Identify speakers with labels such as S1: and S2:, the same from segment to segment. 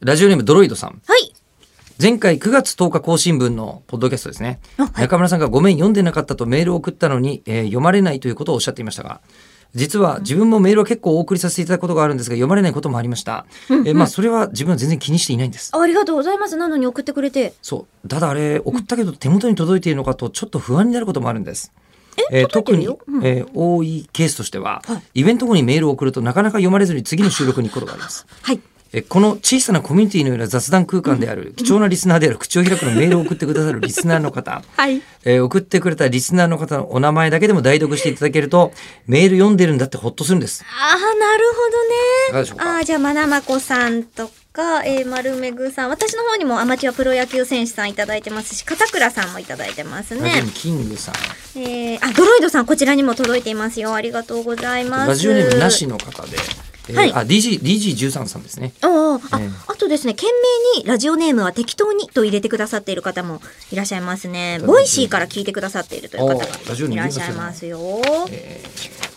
S1: ラジオネームドロイドさん。
S2: はい。
S1: 前回9月10日更新分のポッドキャストですね、
S2: あはい
S1: 中村さんがごめん読んでなかったとメールを送ったのに、えー読まれないということをおっしゃっていましたが実は自分もメールは結構お送りさせていただくことがあるんですが読まれないこともありました、えーまあそれは自分は全然気にしていないんです
S2: あありがとうございます。なのに送ってくれて。
S1: そうただあれ送ったけど手元に届いているのかとちょっと不安になることもあるんですえー特
S2: 届いてる
S1: に
S2: よ、
S1: えー多いケースとしては、イベント後にメールを送るとなかなか読まれずに次の収録に行くことがあります
S2: はい。
S1: えこの小さなコミュニティのような雑談空間である貴重なリスナーである口を開くのメールを送ってくださるリスナーの方、
S2: はい。
S1: えー送ってくれたリスナーの方のお名前だけでも代読していただけるとメール読んでるんだってほっとするんです。
S2: ああ、なる
S1: いか
S2: ほ
S1: が
S2: ど
S1: でし
S2: ね
S1: ょう。か
S2: ああー、じゃあ、まなまこさんとか、えー、丸めぐさん。私の方にもアマチュアプロ野球選手さんいただいてますし、片倉さんもいただいてます
S1: ラジオネ
S2: ね
S1: ー。ムキングさん、
S2: えー、あ、ドロイドさん、こちらにも届いていますよ。ありがとうございます。
S1: ラジオネームなしの方で、えー
S2: はい
S1: あ DG DG13 さんですね。
S2: おうおうあ、
S1: ええ
S2: あとですね、懸命にラジオネームは適当にと入れてくださっている方もいらっしゃいますね。ボイシーから聞いてくださっているという方
S1: あーラジオ
S2: が
S1: ネーム
S2: いら
S1: い
S2: っ
S1: り
S2: し
S1: ますよね
S2: ゃいますよ。
S1: え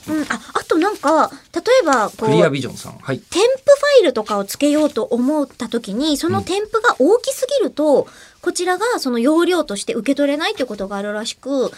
S2: うん、あ、あとなんか、例えば、
S1: ー
S2: こ
S1: クリア
S2: う、
S1: ビジョンさん、はい。
S2: 添付ファイルとかをつけようと思った時に、その添付が大きすぎると、こちらがその容量として受け取れないということがあるらしく、メール、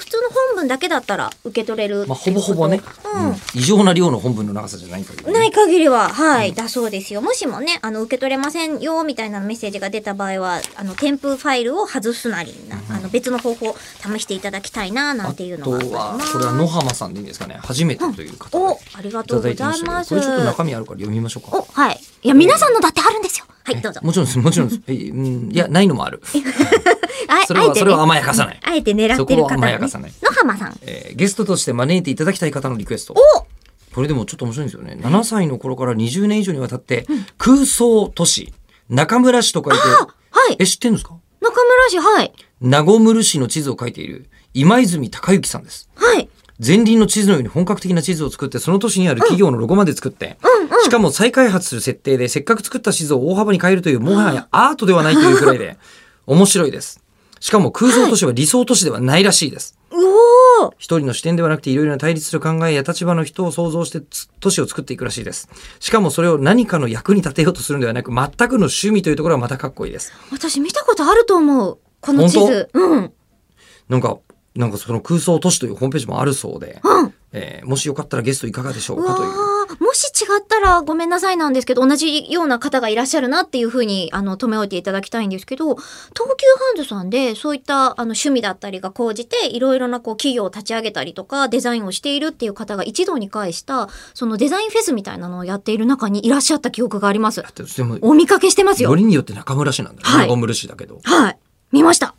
S2: 普通の本文だけだったら受け取れるっていう
S1: まあ
S2: こ
S1: ほ
S2: と。
S1: ぼほぼね、
S2: うん
S1: うん異常な量の本文の長さじゃないという、
S2: ない限りは、はい、だそうですよ。もしもね、あの、受け取れませんよ、みたいなメッセージが出た場合は、あの、添付ファイルを外すなりな、あの、別の方法を試していただきたいな、な
S1: あ
S2: んていうの
S1: と
S2: があり
S1: は
S2: ます。
S1: これは野浜さんでいいんですかね。初めてという方
S2: お
S1: が、
S2: ありが
S1: いた
S2: とう
S1: だ
S2: ご
S1: いて
S2: ざ
S1: ま
S2: い
S1: したけど、
S2: ます。
S1: これちょっと中身あるから読みましょうか
S2: お、。はい。いや、皆さんのだってあるんですよ。はい、どうぞ。
S1: もちろんです、もちろんです。 えーうんいや、ないのもある。
S2: あ
S1: それは
S2: あえてね
S1: それは甘やかさない
S2: あえて狙ってる
S1: そこは
S2: 方、
S1: 甘や
S2: ね。
S1: かさない
S2: 野浜さん。
S1: えーゲストとして招いていただきたい方のリクエスト。
S2: お
S1: これでもちょっと面白いんですよね。7歳の頃から20年以上にわたって、空想都市、中村市と書いて、
S2: はい。
S1: え、知ってんですか
S2: 中村氏、はい。
S1: 名古村市の地図を書いている今泉隆之さんです。
S2: はい。
S1: 前輪の地図のように本格的な地図を作って、その都市にある企業のロゴまで作って、しかも再開発する設定で、せっかく作った地図を大幅に変えるという、もはやアートではないというくらいで、面白いです。しかも空想都市は理想都市ではないらしいです。
S2: うおー
S1: 一人の視点ではなくていろいろな対立する考えや立場の人を想像してつ都市を作っていくらしいです。しかもそれを何かの役に立てようとするのではなく、全くの趣味というところがまたかっこいいです。
S2: 私見たことあると思う。この地図。うん。
S1: なんか、なんかその空想都市というホームページもあるそうで、
S2: うん。
S1: えーもしよかったらゲストいかがでしょう
S2: うわ
S1: かという。
S2: ーもし違ったらごめんなさいなんですけど、同じような方がいらっしゃるなっていうふうに、あの、止め置いていただきたいんですけど、東急ハンズさんで、そういった、あの、趣味だったりが講じて、いろいろな、こう、企業を立ち上げたりとか、デザインをしているっていう方が一堂に会した、そのデザインフェスみたいなのをやっている中にいらっしゃった記憶があります。
S1: でも
S2: お見かけしてます
S1: よ
S2: よ。
S1: りによって中村市なんだね。
S2: はい
S1: 中村市だけど。
S2: はい。見ました。